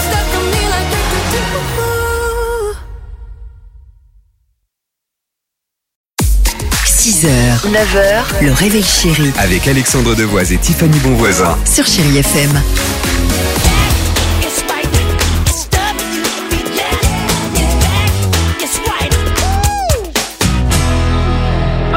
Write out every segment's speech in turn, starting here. stuck on me like do, do, do, do. 6h, 9h, le réveil chéri Avec Alexandre Devoise et Tiffany Bonvoisin. sur Chérie FM. It's right, it's done, you be dead. It's back, it's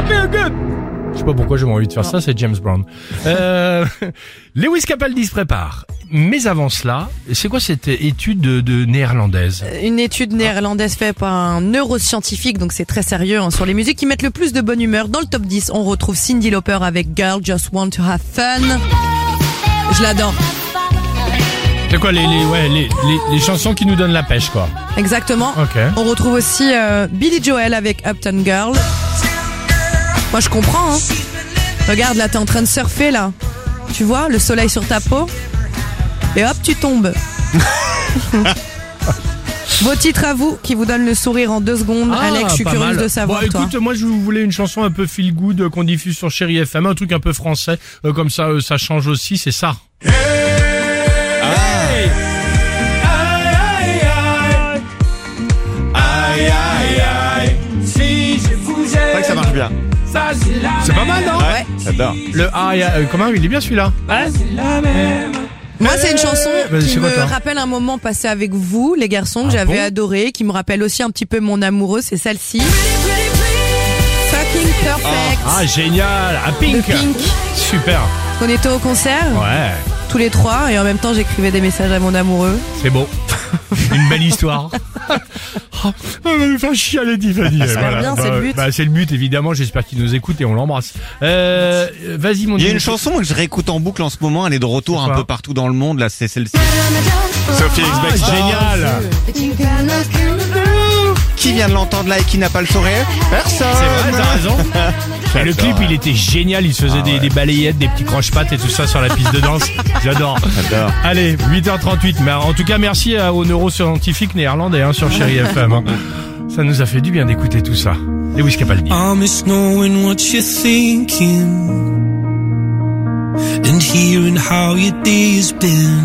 right. Woo! Je sais pas pourquoi j'ai envie de faire ça, c'est James Brown. Euh, Lewis Capaldi se prépare. Mais avant cela, c'est quoi cette étude de, de néerlandaise Une étude néerlandaise faite par un neuroscientifique, donc c'est très sérieux, hein, sur les musiques qui mettent le plus de bonne humeur. Dans le top 10, on retrouve Cindy Lauper avec Girl Just Want to Have Fun. Je l'adore. C'est quoi les, les, ouais, les, les, Oh. les chansons qui nous donnent la pêche, quoi Exactement. Ok. On retrouve aussi euh, Billy Joel avec Upton Girl. Moi, je comprends. hein. Regarde, là, t'es en train de surfer, là. Tu vois, le soleil sur ta peau. Et hop, tu tombes. Vos titres à vous qui vous donnent le sourire en deux secondes. Ah, Alex, je suis Ah, pas curieuse mal. de savoir, Bon, toi. écoute, moi je voulais une chanson un peu feel good euh, qu'on diffuse sur Chéri FM, un truc un peu français, euh, comme ça, euh, ça change aussi, c'est ça. C'est vrai que ça marche bien. C'est pas mal, non Ouais. J'adore. Le aïe, aïe, euh, comment il est bien celui-là Moi, c'est une chanson Vas-y, c'est qui quoi, me toi rappelle un moment passé avec vous, les garçons, que Ah j'avais bon adoré, qui me rappelle aussi un petit peu mon amoureux, c'est celle-ci. Fucking Perfect Ah, génial À de Pink Pink. Super On était au concert, Ouais tous les trois, et en même temps, j'écrivais des messages à mon amoureux. C'est beau. Une belle histoire. oh, elle va me faire chialer Tiffany. va bien, c'est Bah, le but. bah, c'est le but, évidemment. J'espère qu'il nous écoute et on l'embrasse. Euh, euh, Vas-y, mon Il y a Dieu. une chanson que je réécoute en boucle en ce moment. Elle est de retour C'est un quoi peu partout dans le monde. Là, c'est celle-ci. Sophie Ah, Baxter. génial Qui vient de l'entendre là et qui n'a pas le sourire Personne. C'est vrai, t'as raison. Et le clip, il était génial. Il se Ah, faisait des, des balayettes, des petits croche-pattes et tout ça sur la piste de danse. J'adore. J'adore. Allez, 8h38. Mais en tout cas, merci à- aux neuroscientifiques néerlandais hein, sur Chéri FM. hein. Ça nous a fait du bien d'écouter tout ça. Lewis Capaldi. I miss knowing what you're thinking and hearing how your day has been.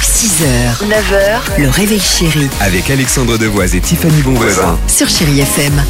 6h, 9h, le réveil chéri Avec Alexandre Devoise et Tiffany Bonvoisin. sur Chérie FM.